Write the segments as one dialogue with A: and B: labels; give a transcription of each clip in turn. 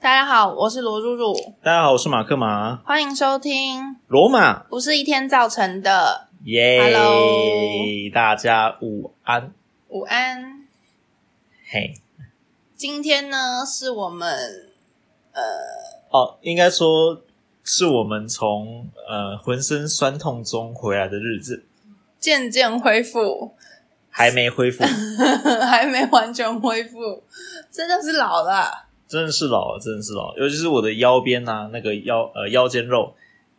A: 大家好，我是罗露露，
B: 大家好，我是马克马，
A: 欢迎收听《
B: 罗马，
A: 不是一天造成的
B: 耶
A: Hello
B: 大家午安，
A: 午安》。
B: 嘿，
A: 今天呢，是我们
B: 哦，应该说是我们从呃浑身酸痛中回来的日子，
A: 渐渐恢复，
B: 还没恢复，
A: 还没完全恢复，真的是老了。啊
B: 真的是老了，真的是老了，尤其是我的腰边啊，那个腰呃腰间肉，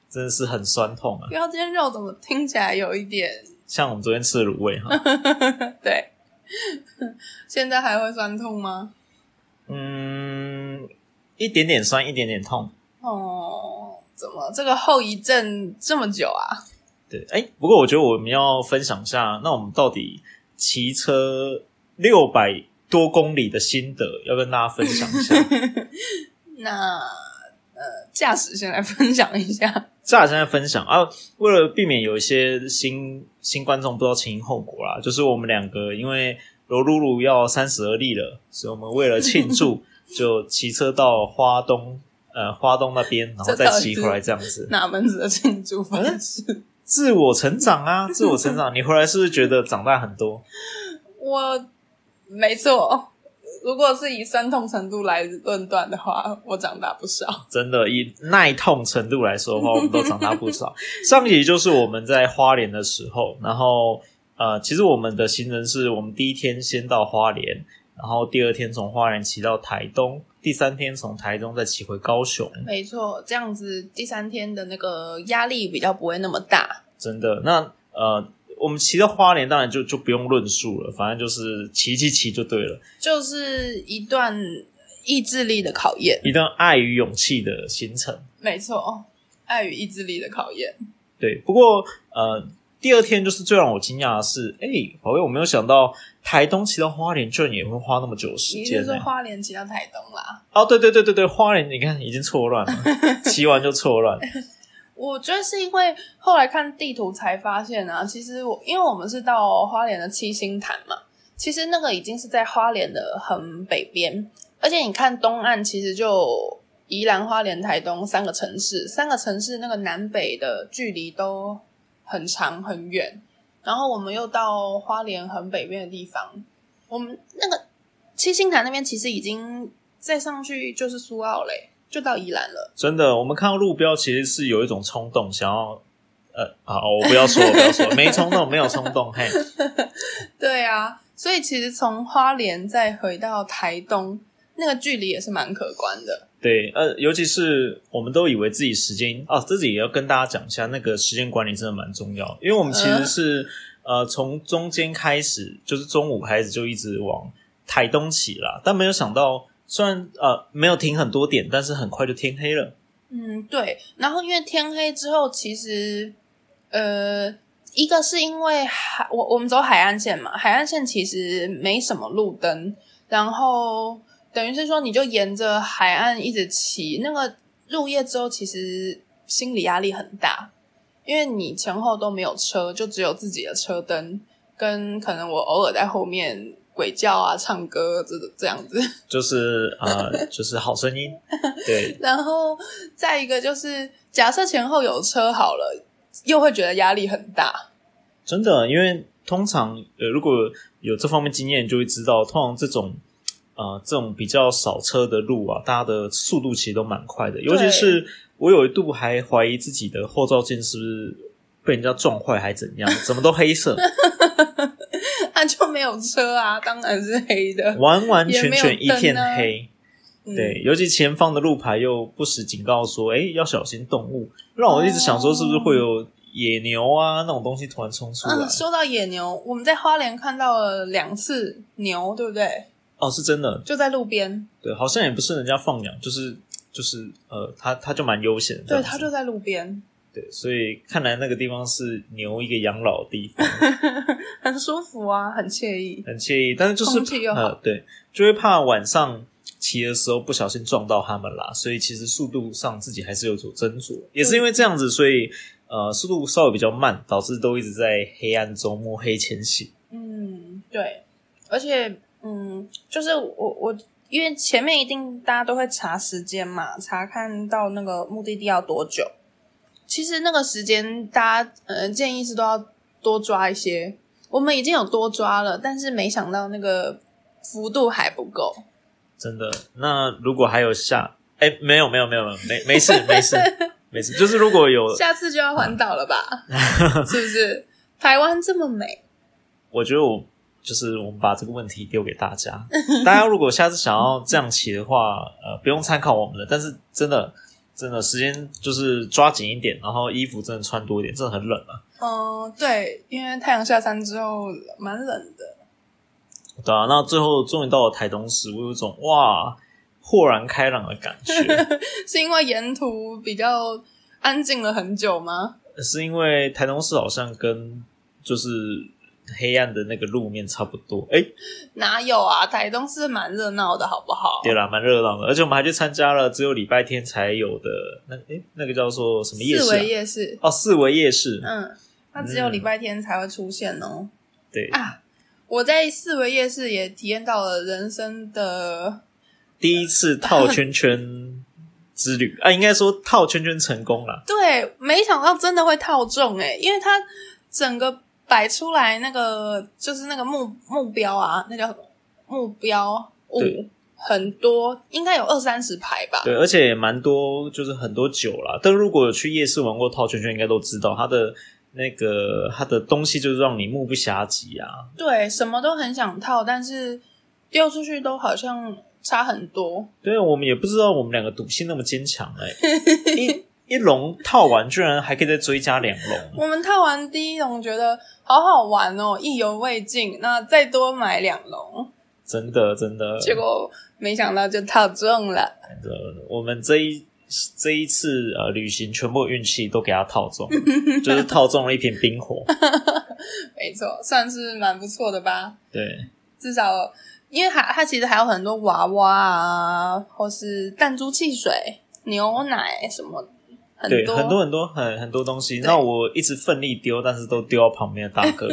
B: 真的是很酸痛啊，
A: 腰间肉怎么听起来有一点？
B: 像我们昨天吃的卤味哈，
A: 对， 现在还会酸痛吗？
B: 嗯，一点点酸，一点点痛，
A: 哦，怎么这个后遗症这么久啊？
B: 对，哎、不过我觉得我们要分享一下，那我们到底骑车六百多公里的心得，要跟大家分享一下。
A: 那呃，驾驶先来分享一下。
B: 这俩现在分享啊，为了避免有一些新新观众不知道前因后果啦，就是我们两个因为罗露露要三十而立了，所以我们为了庆祝，就骑车到花东，呃，花东那边，然后再骑回来这样子，
A: 哪门子的庆祝方式？
B: 自我成长啊，自我成长。你回来是不是觉得长大很多？
A: 我没错，如果是以酸痛程度来论断的话，我长大不少。
B: 真的，以耐痛程度来说的话，我们都长大不少。上一集就是我们在花莲的时候，然后呃，其实我们的行程是我们第一天先到花莲，然后第二天从花莲骑到台东，第三天从台东再骑回高雄。
A: 没错，这样子第三天的那个压力比较不会那么大。
B: 真的，那呃，我们骑到花莲，当然就就不用论述了，反正就是骑骑骑就对了，
A: 就是一段意志力的考验，
B: 一段爱与勇气的行程。
A: 没错，爱与意志力的考验。
B: 对，不过呃，第二天就是最让我惊讶的是，哎、宝贝，我没有想到台东骑到花莲居然也会花那么久的时
A: 你
B: 间
A: 是
B: 呢、
A: 说花莲骑到台东啦？
B: 哦，对对对对对，花莲你看已经错 乱了，骑完就错乱。
A: 我觉得是因为后来看地图才发现啊，其实我因为我们是到花莲的七星潭嘛，其实那个已经是在花莲的很北边，而且你看东岸其实就宜兰、花莲、台东三个城市，三个城市那个南北的距离都很长很远，然后我们又到花莲很北边的地方，我们那个七星潭那边其实已经再上去就是苏澳嘞，就到宜兰了。
B: 真的，我们看到路标其实是有一种冲动，想要呃，好，我不要说，我不要说，没冲动，没有冲动，嘿，
A: 对啊，所以其实从花莲再回到台东，那个距离也是蛮可观的。
B: 对，呃，尤其是我们都以为自己时间哦，自己也要跟大家讲一下，那个时间管理真的蛮重要，因为我们其实是、呃从中间开始，就是中午开始就一直往台东骑啦，但没有想到，虽然呃没有停很多点，但是很快就天黑了。
A: 嗯，对。然后因为天黑之后，其实呃，一个是因为海，我我们走海岸线嘛，海岸线其实没什么路灯，然后等于是说你就沿着海岸一直骑，那个入夜之后，其实心理压力很大，因为你前后都没有车，就只有自己的车灯，跟可能我偶尔在后面鬼叫啊、唱歌这这样子。
B: 就是呃，就是好声音，对，
A: 然后再一个就是，假设前后有车好了，又会觉得压力很大。
B: 真的，因为通常呃，如果有这方面经验，就会知道，通常这种呃这种比较少车的路啊，大家的速度其实都蛮快的。尤其是我有一度还怀疑自己的后照镜是不是被人家撞坏，还怎 样，怎么都黑色，
A: 那、就没有车啊，当然是黑的。
B: 完完全全一
A: 也没有
B: 片
A: 灯啊
B: 黑。
A: 嗯、
B: 对，尤其前方的路牌又不时警告说，哎、要小心动物，让我一直想说是不是会有野牛啊那种东西突然冲出来。
A: 嗯，说到野牛，我们在花莲看到了两次牛，对不对？
B: 哦，是真的，
A: 就在路边，
B: 对，好像也不是人家放养，就是就是呃，他他就蛮悠闲的这
A: 对，
B: 样子，
A: 它就在路边，
B: 对，所以看来那个地方是牛一个养老的地方，
A: 很舒服啊，很惬意。
B: 很惬意，但是就是
A: 空气又好
B: 呃，对，就会怕晚上骑的时候不小心撞到他们啦，所以其实速度上自己还是有所斟酌，也是因为这样子，所以呃，速度稍微比较慢，导致都一直在黑暗中摸黑前行。
A: 嗯，对，而且嗯，就是我我。因为前面一定大家都会查时间嘛，查看到那个目的地要多久。其实那个时间，大家呃建议是都要多抓一些。我们已经有多抓了，但是没想到那个幅度还不够。
B: 真的。那如果还有下，哎、没有没有没有没有没没事没事没事，就是如果有，
A: 下次就要环岛了吧？是不是？台湾这么美，
B: 我觉得我就是我们把这个问题丢给大家，大家如果下次想要这样骑的话，呃，不用参考我们的，但是真的真的时间就是抓紧一点，然后衣服真的穿多一点，真的很冷啊。
A: 嗯，对，因为太阳下山之后蛮冷的，
B: 对啊，那最后终于到了台东时，我有一种哇豁然开朗的感觉，
A: 是因为沿途比较安静了很久吗？
B: 是因为台东市好像跟就是黑暗的那个路面差不多，哎、
A: 哪有啊，台东是蛮热闹的，好不好？
B: 对啦，蛮热闹的，而且我们还去参加了只有礼拜天才有的那哎、那个叫做什么夜
A: 四
B: 市、啊
A: 维？夜市，
B: 哦，四维夜市，
A: 嗯，它只有礼拜天才会出现哦。
B: 嗯对，
A: 啊，我在四维夜市也体验到了人生的
B: 第一次套圈圈之旅啊，应该说套圈圈成功啦。
A: 对，没想到真的会套中哎、因为它整个摆出来那个就是那个目目标啊，那叫什么目标物
B: 对
A: 很多，应该有二三十排吧。
B: 对，而且也蛮多，就是很多酒啦。但如果有去夜市玩过套圈圈，应该都知道它的那个它的东西就是让你目不暇及啊。
A: 对，什么都很想套，但是丢出去都好像差很多。
B: 对，啊我们也不知道我们两个赌性那么坚强 哎、一一笼套完，居然还可以再追加两笼。
A: 我们套完第一笼觉得好好玩哦，意犹未尽，那再多买两笼，
B: 真的真的，
A: 结果没想到就套中了。
B: 真的我们这一这一次呃旅行，全部运气都给它 套中，就是套中了一瓶冰火。
A: 没错，算是蛮不错的吧。
B: 对，
A: 至少因为还它其实还有很多娃娃啊，或是弹珠汽水、牛奶什么，很
B: 对，
A: 多
B: 很多很多很很多东西。
A: 对
B: 那我一直奋力丢，但是都丢到旁边的大 哥，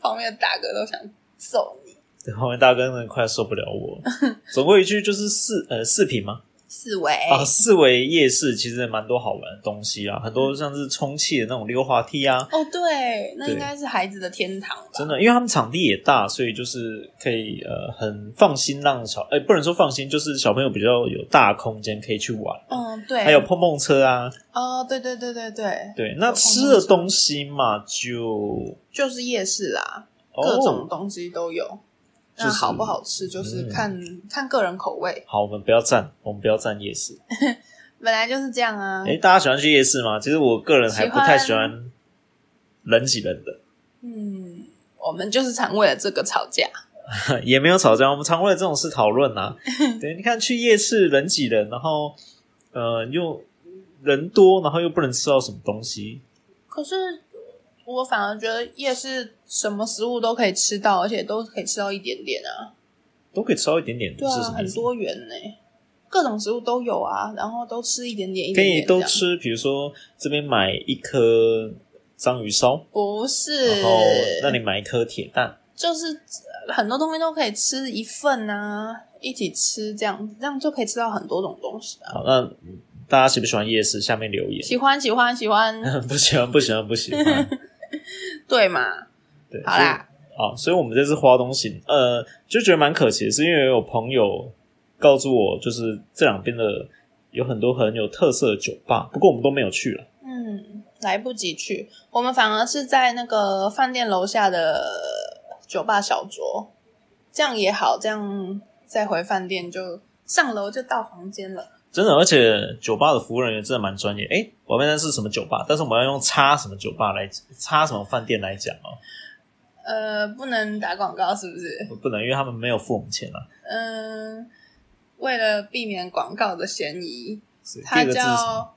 A: 旁边的大哥都想揍你。
B: 对旁边大哥真的快受不了我。 总归一句就是四呃四品嘛，
A: 四维、
B: 啊，四维夜市其实蛮多好玩的东西啊，很多像是充气的那种溜滑梯啊，
A: 哦，对，那
B: 对
A: 应该是孩子的天堂吧？
B: 真的，因为他们场地也大，所以就是可以呃很放心让小，哎、不能说放心，就是小朋友比较有大空间可以去玩。
A: 嗯，对，
B: 还有碰碰车啊，
A: 哦，对对对对对，
B: 对，那吃的东西嘛，就
A: 就是夜市啦，各种
B: 哦，
A: 东西都有。
B: 就是
A: 那好不好吃，就是
B: 嗯
A: 看、看个人口味，
B: 好，我们不要站，我们不要站夜市。
A: 本来就是这样啊。
B: 哎，大家喜欢去夜市吗？其实我个人还不太
A: 喜
B: 喜
A: 欢
B: 欢人挤人的，
A: 嗯，我们就是常为了这个吵架。
B: 也没有吵架，我们常为了这种事讨 论啊。对，你看去夜市人挤人，然后呃又人多，然后又不能吃到什么东西，
A: 可是我反而觉得夜市什么食物都可以吃到，而且都可以吃到一点点啊。
B: 都可以吃到一点点，
A: 对
B: 是
A: 啊，
B: 什么意
A: 很
B: 思？
A: 多元呢、各种食物都有啊，然后都吃一点点，一
B: 可
A: 点
B: 以
A: 点
B: 都
A: 这样。
B: 吃，比如说这边买一颗章鱼烧，
A: 不
B: 然
A: 是
B: 后，那你买一颗铁蛋。
A: 就是呃很多东西都可以吃一份啊，一起吃这样，这样就可以吃到很多种东西啊。
B: 好，那大家喜不喜欢夜市？下面留言。
A: 喜欢喜欢喜欢，
B: 不喜欢，不喜欢，不喜欢。
A: 对嘛？
B: 对，
A: 好啦，
B: 所以。啊，所以我们这次花东行，呃，就觉得蛮可惜的，是因为有朋友告诉我，就是这两边的有很多很有特色的酒吧，不过我们都没有去了。
A: 嗯，来不及去，我们反而是在那个饭店楼下的酒吧小酌，这样也好，这样再回饭店就上楼就到房间了。
B: 真的，而且酒吧的服务人员真的蛮专业。诶，我们那是什么酒吧？但是我们要用叉什么酒吧来叉什么饭店来讲哦，
A: 呃，不能打广告是不是？
B: 不能，因为他们没有付我们钱啊。
A: 嗯、为了避免广告的嫌疑，
B: 所以第
A: 它
B: 二个字是什么
A: 叫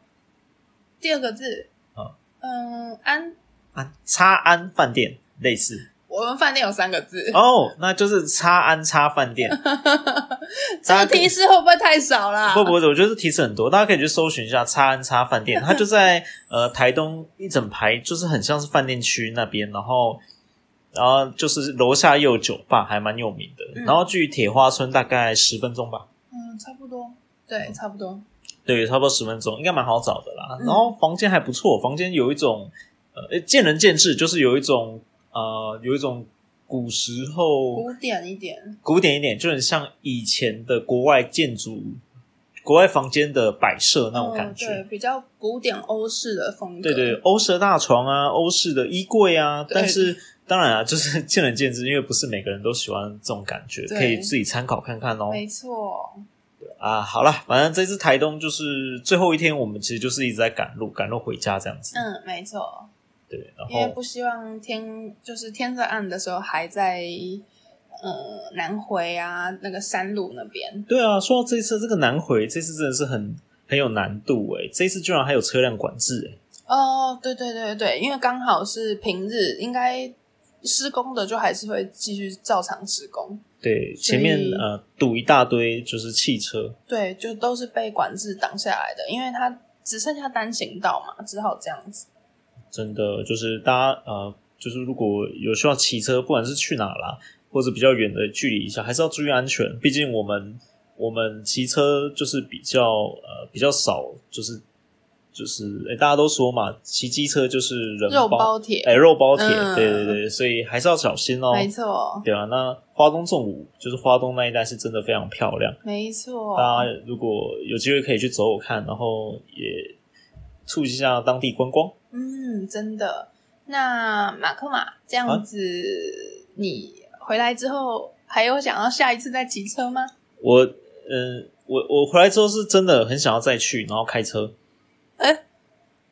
A: 第二个字，嗯、
B: 啊
A: 安。
B: 安叉啊安饭店，类似
A: 我们饭店有三个字，
B: 哦，那就是叉安叉饭店。
A: 这
B: 大
A: 个
B: 家可以
A: 提示会不会太少啦？
B: 不不，我觉得提示很多，大家可以去搜寻一下叉安叉饭店，它就在呃台东一整排，就是很像是饭店区那边，然后然后就是楼下也有酒吧，还蛮有名的。然后距铁花村大概十分钟吧，
A: 嗯，差不多，对，
B: 嗯
A: 差不多，
B: 对，差不多十分钟，应该蛮好找的啦。
A: 嗯
B: 然后房间还不错，房间有一种呃见仁见智，就是有一种呃有一种古时候
A: 古典一点，
B: 古典一点，就很像以前的国外建筑、国外房间的摆设那种
A: 嗯
B: 感觉。
A: 对，比较古典欧式的风格，
B: 对对，欧式的大床啊，欧式的衣柜啊，
A: 对
B: 但是当然啊， 就是见仁见智，因为不是每个人都喜欢这种感觉，
A: 对
B: 可以自己参考看看哦。
A: 没错，
B: 啊，好啦，反正这次台东就是最后一天，我们其实就是一直在赶路，赶路回家这样子。
A: 嗯，没错，
B: 对，然
A: 因为
B: 后
A: 不希望天就是天在暗的时候还在呃南回啊那个山路那边，
B: 对啊，说到这次这个南回，这次真的是很很有难度诶、这次居然还有车辆管制诶、哎
A: 哦，对对对对，因为刚好是平日，应该施工的就还是会继续照常施工，
B: 对，
A: 所以
B: 前面呃堵一大堆就是汽车，
A: 对，就都是被管制挡下来的，因为它只剩下单行道嘛，只好这样子。
B: 真的就是大家呃，就是如果有需要骑车，不管是去哪啦，或者比较远的距离一下，还是要注意安全。毕竟我们我们骑车就是比较呃比较少，就是就是、诶大家都说嘛，骑机车就是人
A: 肉
B: 包
A: 包铁，
B: 哎、肉包铁，
A: 嗯
B: 对对对，所以还是要小心哦。
A: 没错，
B: 对啊，那花东纵谷就是花东那一带是真的非常漂亮，
A: 没错，
B: 大家如果有机会可以去走走看，然后也促进一下当地观光。
A: 嗯，真的。那马克马这
B: 啊
A: 样子，你回来之后还有想要下一次再骑车吗？
B: 我嗯，我我回来之后是真的很想要再去，然后开车。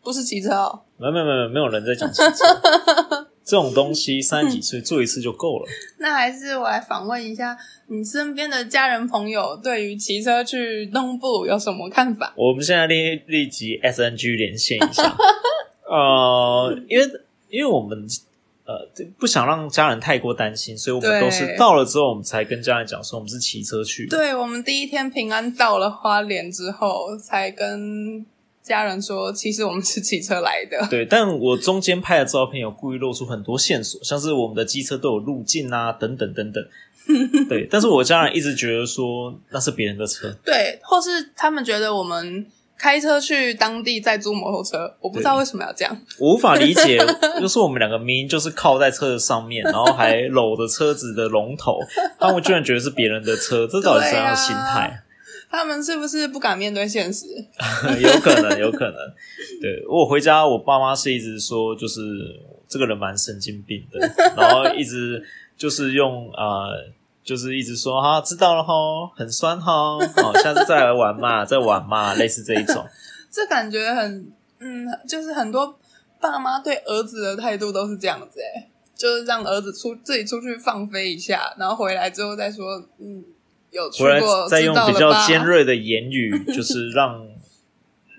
A: 不是骑车哦，
B: 没有没有没有没有人在讲骑车这种东西，三十几岁做一次就够了。
A: 那还是我来访问一下你身边的家人朋友对于骑车去东部有什么看法？
B: 我们现在立立即 SNG 连线一下，呃，因为因为我们呃不想让家人太过担心，所以我们
A: 对
B: 都是到了之后，我们才跟家人讲说我们是骑车去的。
A: 对我们第一天平安到了花莲之后，才跟家人说，其实我们是骑车来 的。
B: 对，但我中间拍的照片有故意露出很多线索，像是我们的机车都有路径啊，等等等等。对，但是我家人一直觉得说那是别人的车，
A: 对，或是他们觉得我们开车去当地再租摩托车，我不知道为什么要这样。
B: 我无法理解，就是我们两个明明就是靠在车子上面，然后还搂着车子的龙头，但我居然觉得是别人的车，这到底是什么样的心态？
A: 他们是不是不敢面对现实？
B: 有可能，有可能。对我回家，我爸妈是一直说，就是这个人蛮神经病的， 然后一直就是用呃，就是一直说哈、知道了哈，很酸哈，好、下次再来 玩嘛，再玩嘛，类似这一种。
A: 这感觉很，嗯，就是很多爸妈对儿子的态度都是这样子、欸，就是让儿子出自己出去放飞一下，然后回来之后再说，嗯，有去
B: 回来
A: 过，
B: 再用
A: 知道
B: 比
A: 了
B: 较
A: 吧
B: 尖。锐的言语，就是让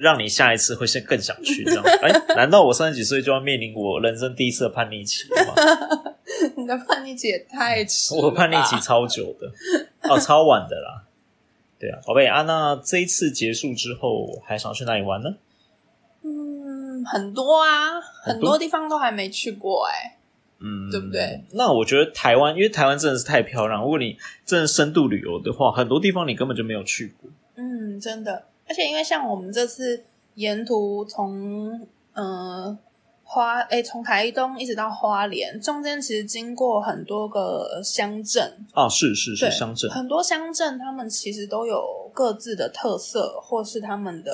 B: 让你下一次会先更想去这样。哎、难道我三十几岁就要面临我人生第一次的叛逆期了吗？
A: 你的叛逆期也太迟了吧，
B: 我叛逆期超久的，哦，超晚的啦。对啊，宝贝啊，那这一次结束之后，还想去哪里玩呢？
A: 嗯，很多啊，很
B: 很多
A: 多地方都还没去过、哎，
B: 嗯，
A: 对不对？
B: 那我觉得台湾，因为台湾真的是太漂亮。如果你真的深度旅游的话，很多地方你根本就没有去过。
A: 嗯，真的，而且因为像我们这次沿途从呃花哎从台东一直到花莲，中间其实经过很多个乡镇，
B: 啊，是是是，
A: 对
B: 乡镇，
A: 很多乡镇他们其实都有各自的特色，或是他们的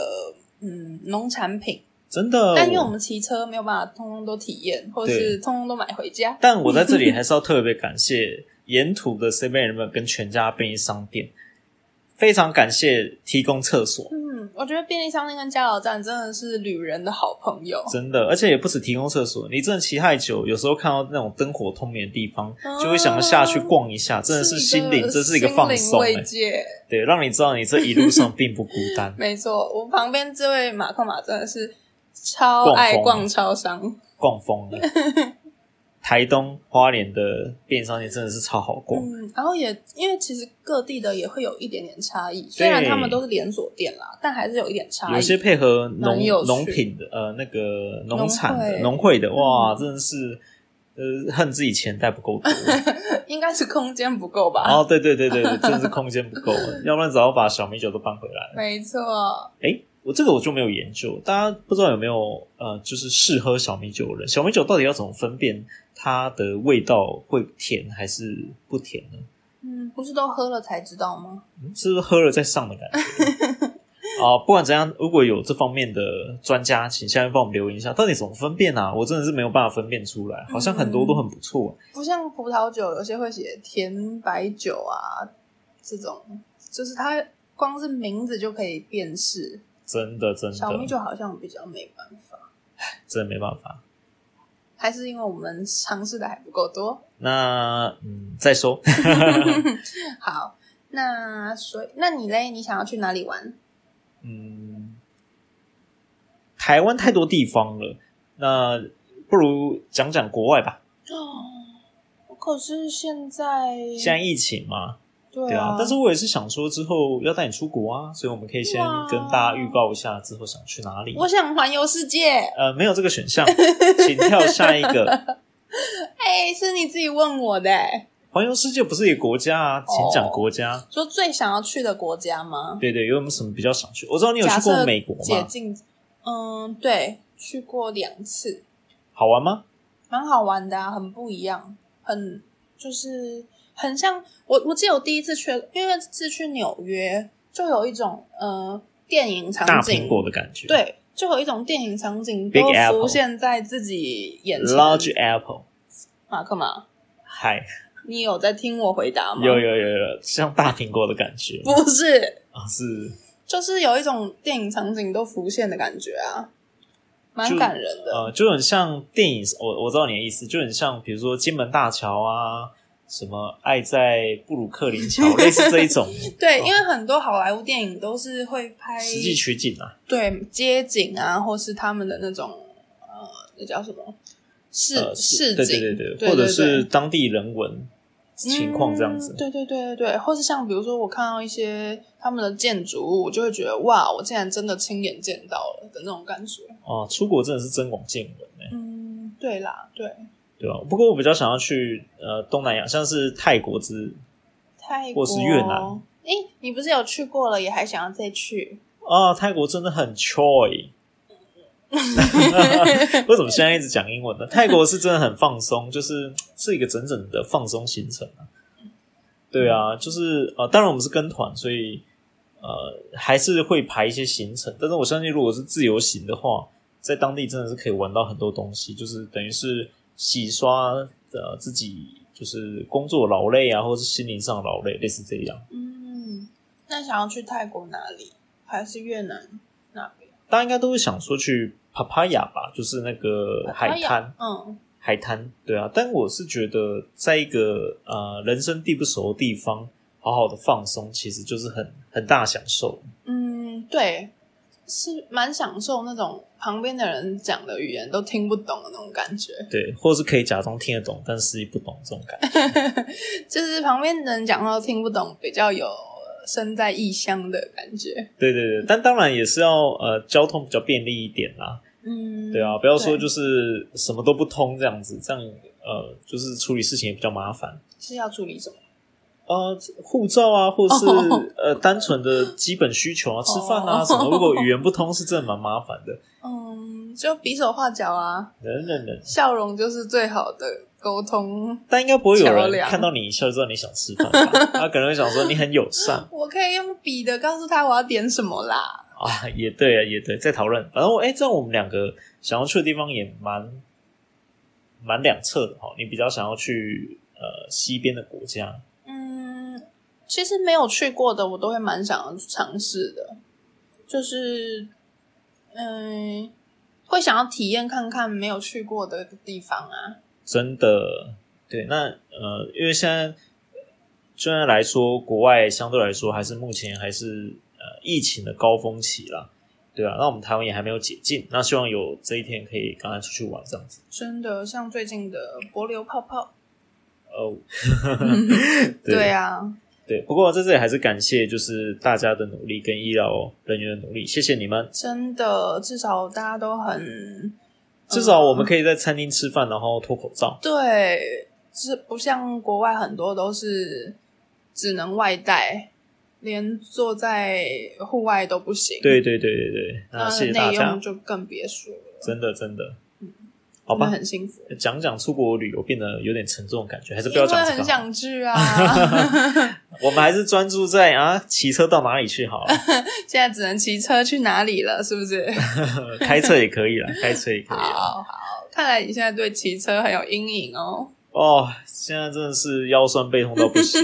A: 嗯农产品，
B: 真的。
A: 但因为我们骑车没有办法通通都体验，或
B: 哦对
A: 是通通都买回家。
B: 但我在这里还是要特别感谢沿途的 Seven Eleven 跟全家便利商店，非常感谢提供厕所，
A: 嗯，我觉得便利商店跟加油站真的是旅人的好朋友。
B: 真的，而且也不止提供厕所，你真的骑太久，有时候看到那种灯火通明的地方，
A: 啊
B: 就会想要下去逛一下，真的是心灵，这是一个放
A: 心灵
B: 松、
A: 慰
B: 欸，
A: 藉。。
B: 对，让你知道你这一路上并不孤单
A: 没错，我旁边这位马克马真的是超爱逛超商，
B: 逛疯了，台东花莲的便利商店真的是超好逛，
A: 嗯，然后也因为其实各地的也会有一点点差异，虽然他们都是连锁店啦，但还是有一点差异。
B: 有些配合农
A: 蛮有趣
B: 农品的，呃，那个农产的
A: 农会
B: 农会的，哇，
A: 嗯
B: 真的是呃，恨自己钱带不 够多。
A: 应该是空间不够吧？
B: 哦，对对对对对，真的是空间不够，要不然早把小米酒都搬回来了。
A: 没错，
B: 哎，我这个我就没有研究，大家不知道有没有呃，就是试喝小米酒的人，小米酒到底要怎么分辨它的味道会甜还是不甜呢？
A: 嗯，不是都喝了才知道吗？
B: 嗯是不是喝了再上的感觉？ 啊，不管怎样，如果有这方面的专家，请下面帮我们留言一下，到底怎么分辨啊？我真的是没有办法分辨出来，
A: 嗯
B: 好像很多都很不错、
A: 不像葡萄酒，有些会写甜白酒啊，这种就是它光是名字就可以辨识。
B: 真的真的，
A: 小米酒好像比较没办法，
B: 真的没办法。
A: 还是因为我们尝试的还不够多。
B: 那嗯，再说。
A: 好，那所以那你嘞，你想要去哪里玩？
B: 嗯，台湾太多地方了，那不如讲讲国外吧。
A: 哦，可是现在
B: 现在疫情嘛，
A: 对
B: 对啊，但是我也是想说之后要带你出国啊，所以我们可以先
A: 哇
B: 跟大家预告一下之后想去哪里。
A: 我想环游世界。
B: 呃，没有这个选 项，请跳下一个。
A: 哎、是你自己问我的、
B: 环游世界不是一个国家啊，请讲国家。
A: 说最想要去的国家吗？
B: 对对，有没有什么比较想去？我知道你有
A: 假
B: 去过
A: 设
B: 美国
A: 解
B: 吗？
A: 禁，嗯，对，去过两次，
B: 好玩吗？
A: 蛮好玩的、啊，很不一样，很就是很像我，我记得我第一次去，因为是去纽约，就有一种呃电影场景，
B: 大苹果的感觉。
A: 对，就有一种电影场景
B: Big
A: 都
B: Apple
A: 浮现在自己眼前。
B: ，Large Apple。
A: 马克嘛，
B: 嗨，
A: 你有在听我回答吗？
B: 有，有有有，像大苹果的感觉
A: 不是，
B: 啊，是
A: 就是有一种电影场景都浮现的感觉啊，蛮
B: 就
A: 感人的。
B: 呃，就很像电影，我我知道你的意思，就很像比如说金门大桥啊，什么爱在布鲁克林 桥，类似这一种
A: 对，
B: 哦
A: 因为很多好莱坞电影都是会拍
B: 实际取景啊，
A: 对街景啊，或是他们的那种呃，那叫什么市
B: 呃，
A: 市
B: 是
A: 景，
B: 对对对
A: 对
B: 或者
A: 对
B: 是当地人文情况这样子
A: 嗯。对对对对对，或是像比如说我看到一些他们的建筑物，我就会觉得哇，我竟然真的亲眼见到了的那种感觉。
B: 哦、出国真的是增广见闻呢、
A: 嗯，对啦，对，
B: 对吧？不过我比较想要去呃东南亚，像是泰国之
A: 泰国
B: 或是越南。
A: 哎，你不是有去过了，也还想要再去？
B: 啊，泰国真的很 choy。为什么现在一直讲英文呢？泰国是真的很放松，就是是一个整整的放松行程啊。对啊，就是呃，当然我们是跟团，所以呃还是会排一些行程。但是我相信，如果是自由行的话，在当地真的是可以玩到很多东西，就是等于是洗刷呃自己就是工作劳累啊，或是心灵上的劳累，类似这样。
A: 嗯，那想要去泰国哪里？还是越南那边？
B: 大家应该都会想说去 Papaya 吧，就是那个海滩，
A: 嗯，
B: 海滩，对啊。但我是觉得，在一个呃人生地不熟的地方，好好的放松，其实就是很很大享受。
A: 嗯，对，是蛮享受那种旁边的人讲的语言都听不懂的那种感觉，
B: 对，或是可以假装听得懂，但实际不懂这种感
A: 哎
B: 觉。
A: 就是旁边的人讲话都听不懂，比较有身在异乡的感觉。
B: 对对对，但当然也是要呃交通比较便利一点啦。
A: 嗯，
B: 对啊，不要说
A: 对
B: 就是什么都不通这样子，这样呃就是处理事情也比较麻烦。
A: 是要处理什么？
B: 呃，护 照啊，或是、
A: 哦
B: 呃单纯的基本需求啊，吃饭啊、
A: 哦
B: 什 么，如果语言不通是真的蛮麻烦的。
A: 嗯，就比手画脚啊，
B: 人人人，
A: 笑容就是最好的沟通。
B: 但应该不会有
A: 桥
B: 人
A: 梁
B: 看到你一笑就知道你想吃饭 吧？他可能会想说你很友善
A: 我可以用笔的告诉他我要点什么啦。
B: 啊，也对啊，也对，在讨论。反正我哎、这样我们两个想要去的地方也蛮蛮两侧的哈。你比较想要去呃西边的国家，
A: 嗯，其实没有去过的，我都会蛮想要去尝试的，就是嗯，会想要体验看看没有去过的地方啊。
B: 真的对。那呃，因为现在虽然来说，国外相对来说还是目前还是呃疫情的高峰期啦，对啊。那我们台湾也还没有解禁，那希望有这一天可以赶快出去玩这样子。
A: 真的，像最近的柏流泡泡，
B: 哦，
A: 对啊，
B: 对。不过在这里还是感谢就是大家的努力跟医疗人员的努力，谢谢你们。
A: 真的，至少大家都很
B: 至少我们可以在餐厅吃饭，然后脱口罩。
A: 对，是不像国外很多都是只能外带，连坐在户外都不行。，
B: 对对对对对，那
A: 那
B: 谢谢
A: 嗯
B: 大
A: 内
B: 家
A: 用，就更别说了，
B: 真的真的，好吧
A: 那，很幸福。
B: 讲讲出国旅游变得有点沉重的感觉，还是
A: 因
B: 不要
A: 为
B: 讲这
A: 很
B: 个好了。
A: 想去啊，
B: 我们还是专注在啊，骑车到哪里去好了，
A: 现在只能骑车去哪里了，是不 是？
B: 开车也可以啦，开车也可以 啦。
A: 好好，看来你现在对骑车很有阴影哦。
B: 哦，现在真的是腰酸背痛到不 行。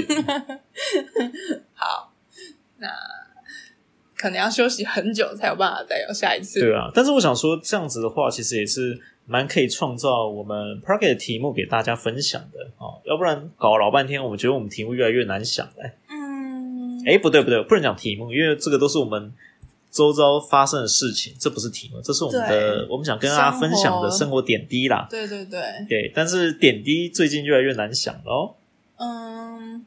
A: 可能要休息很久才有办法再有下一次。
B: 对啊，但是我想说，这样子的话，其实也是蛮可以创造我们 p o c k e t 题目给大家分享的哦。要不然搞老半天，我们觉得我们题目越来越难想了。
A: 嗯，
B: 哎，不对不对，不能讲题目，因为这个都是我们周遭发生的事情，这不是题目，这是我们的我们想跟大家分享的生
A: 生
B: 活点滴啦。
A: 对对对，
B: 对，但是点滴最近越来越难想了哦。
A: 嗯，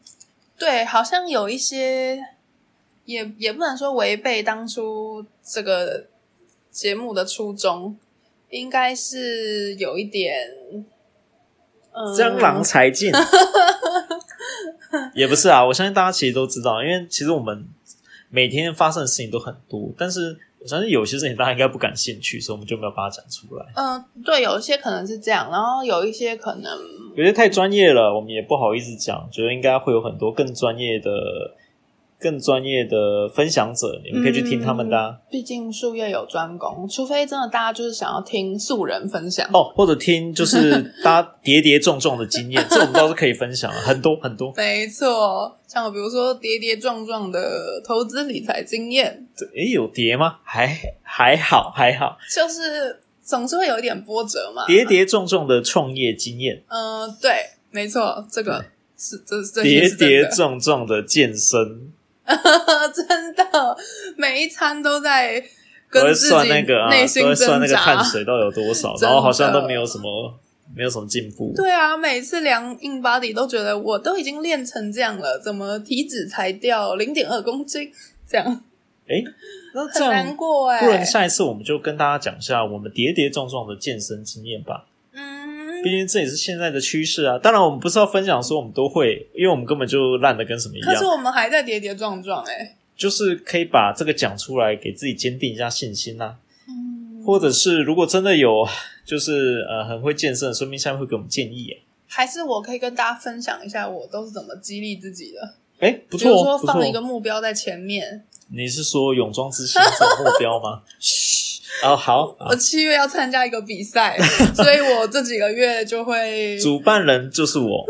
A: 对，好像有一些也也不能说违背当初这个节目的初衷，应该是有一点，嗯，
B: 江郎才尽，也不是啊。我相信大家其实都知道，因为其实我们每天发生的事情都很多，但是我相信有些事情大家应该不感兴趣，所以我们就没有把它讲出来。
A: 嗯、对，有一些可能是这样，然后有一些可能，
B: 有些太专业了，我们也不好意思讲，觉得应该会有很多更专业的、更专业的分享者，你们可以去听他们的啊、
A: 毕竟术业有专攻，除非真的大家就是想要听素人分享。
B: 哦，或者听就是大家跌跌撞撞的经验，这我们倒是可以分享啊，很多很多。
A: 没错，像比如说跌跌撞撞的投资理财经验，
B: 诶，有跌吗？还还好，还好。
A: 就是总是会有一点波折嘛。
B: 跌跌撞撞的创业经 验，
A: 嗯、对，没错，这个是这这些
B: 跌
A: 是真
B: 跌
A: 的
B: 撞撞的健身，
A: 真的每一餐都在
B: 都会
A: 跟自
B: 算
A: 己
B: 那个啊，
A: 内心
B: 都会算
A: 挣
B: 那个
A: 扎。
B: 碳水到底有 多少，
A: 真的
B: 然后好像都没有什么，没有什么进步。
A: 对啊，每次量 in body 都觉得我都已经练成这样了，怎么体脂才掉零点二公斤？这样
B: 哎，那这
A: 很难
B: 样，
A: 过哎、
B: 不然下一次我们就跟大家讲一下我们跌跌撞撞的健身经验吧，
A: 嗯
B: 毕，竟这也是现在的趋势啊。当然，我们不是要分享说我们都会，因为我们根本就烂的跟什么一
A: 可是
B: 样，
A: 我们还在跌跌撞撞哎、
B: 就是可以把这个讲出来，给自己坚定一下信心呐、啊
A: 嗯
B: 或者是如果真的有，就是呃很会健身的，说明下面会给我们建议耶。
A: 还是我可以跟大家分享一下我都是怎么激励自己的。
B: 哎，不
A: 比
B: 错
A: 如说
B: 哦，不错
A: 放一个
B: 哦。
A: 目标在前面，
B: 你是说泳装之星这种目标吗？ 哦，好，好
A: 我七月要参加一个比赛，所以我这几个月就会
B: 主办人就是 我，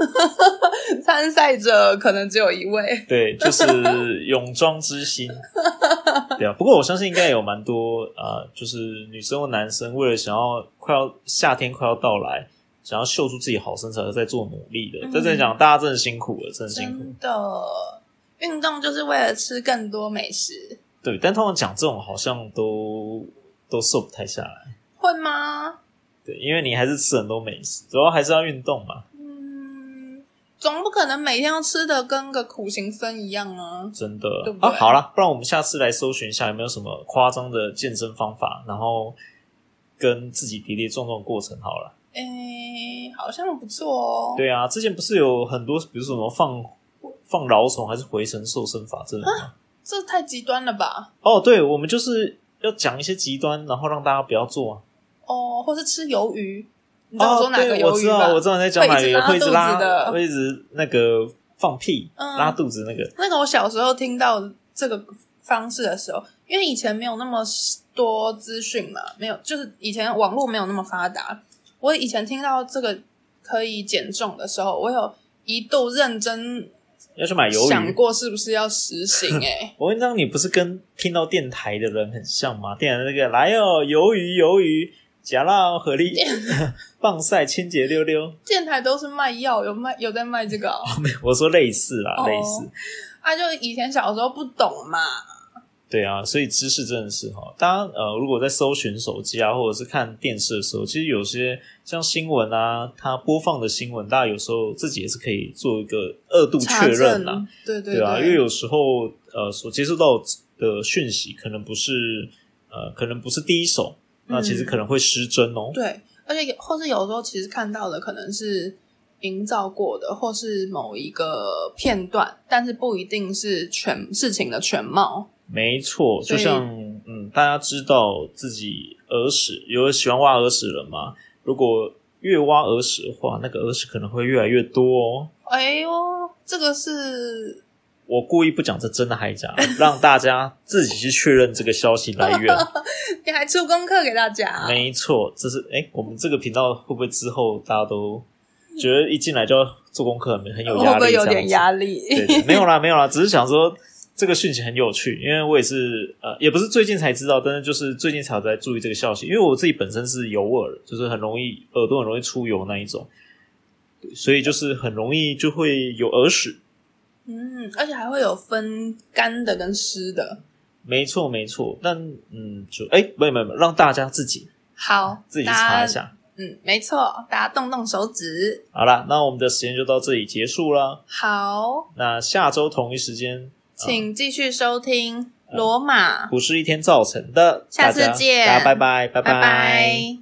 A: 参赛者可能只有一位。
B: 对，就是泳装 之星。对啊，不过我相信应该有蛮多呃，就是女生或男生为了想要快要夏天快要到来，想要秀出自己好身材而在做努力的。
A: 嗯
B: 在这里讲，大家真的辛苦了，真的辛苦。
A: 真的，运动就是为了吃更多美食，
B: 对，但通常讲这种好像都都瘦不太下来。
A: 会吗？
B: 对，因为你还是吃很多美食，主要还是要运动嘛。
A: 嗯，总不可能每天都吃的跟个苦行僧一样啊。
B: 真的
A: 对不对
B: 啊，好啦，不然我们下次来搜寻一下有没有什么夸张的健身方法，然后跟自己跌跌撞撞的过程好了。
A: 诶，好像不错哦。
B: 对啊，之前不是有很多，比如说什么放放老虫还是回程瘦身法之类的吗？
A: 这太极端了吧？
B: 哦，对，我们就是要讲一些极端，然后让大家不要做啊。
A: 哦，或是吃鱿鱼，你知道我
B: 哦
A: 说，哪个
B: 对，我
A: 鱿鱼
B: 知
A: 吧？
B: 道，我知道你在讲哪个，
A: 会
B: 会
A: 一直拉
B: 一直
A: 肚子
B: 拉，
A: 的
B: 会一直那个放屁、
A: 嗯
B: 拉肚子那个。
A: 那个我小时候听到这个方式的时候，因为以前没有那么多资讯嘛，没有，就是以前网络没有那么发达。我以前听到这个可以减重的时候，我有一度认真
B: 要去买鱿
A: 想
B: 鱼，
A: 过是不是要实行、欸。
B: 我跟你讲，你不是跟听到电台的人很像吗？电台那个来哦，鱿鱼鱿鱼，夹辣哦 合力，棒晒清洁溜溜。
A: 电台都是卖药，有卖有在卖这 个、哦，
B: 我说类似啦，
A: 哦
B: 类似。
A: 啊，就以前小时候不懂嘛，
B: 对啊，所以知识真的是哈，大家呃，如果在搜寻手机啊，或者是看电视的时候，其实有些像新闻啊，它播放的新闻，大家有时候自己也是可以做一个二度
A: 查
B: 确认啦、
A: 证，对对
B: 对啊，因为有时候呃所接触到的讯息可能不是呃可能不是第一手，那其实可能会失真哦。
A: 嗯对，而且有或是有时候其实看到的可能是营造过的，或是某一个片段，但是不一定是全事情的全貌。
B: 没错，
A: 所
B: 就
A: 以
B: 像嗯，大家知道自己耳屎，有喜欢挖耳屎人吗？如果越挖耳屎的话，那个耳屎可能会越来越多哦。
A: 哎呦，这个是
B: 我故意不讲这真的还假，让大家自己去确认这个消息来 源。
A: 你还出功课给大家、啊
B: 没错，这是哎、我们这个频道会不会之后大家都觉得一进来就要做功课，很有
A: 会
B: 压
A: 不
B: 力？
A: 会有点压力？
B: 对对，没有啦，没有啦，只是想说这个讯息很有趣，因为我也是呃，也不是最近才知道，但是就是最近才有在注意这个消息，因为我自己本身是油耳，就是很容易耳朵很容易出油那一种，对所以就是很容易就会有耳屎。
A: 嗯，而且还会有分干的跟湿的。
B: 没错，没错，但嗯，就哎，没有没有，没有让大家自己
A: 好，
B: 啊自己去
A: 大家
B: 查一。下。
A: 嗯，没错，大家动动手指。
B: 好啦，那我们的时间就到这里结束啦。
A: 好，
B: 那下周同一时间，
A: 请继续收
B: 嗯
A: 听《罗马》，
B: 不是一天造成的。
A: 下次
B: 大家
A: 见
B: 大家拜拜，拜
A: 拜拜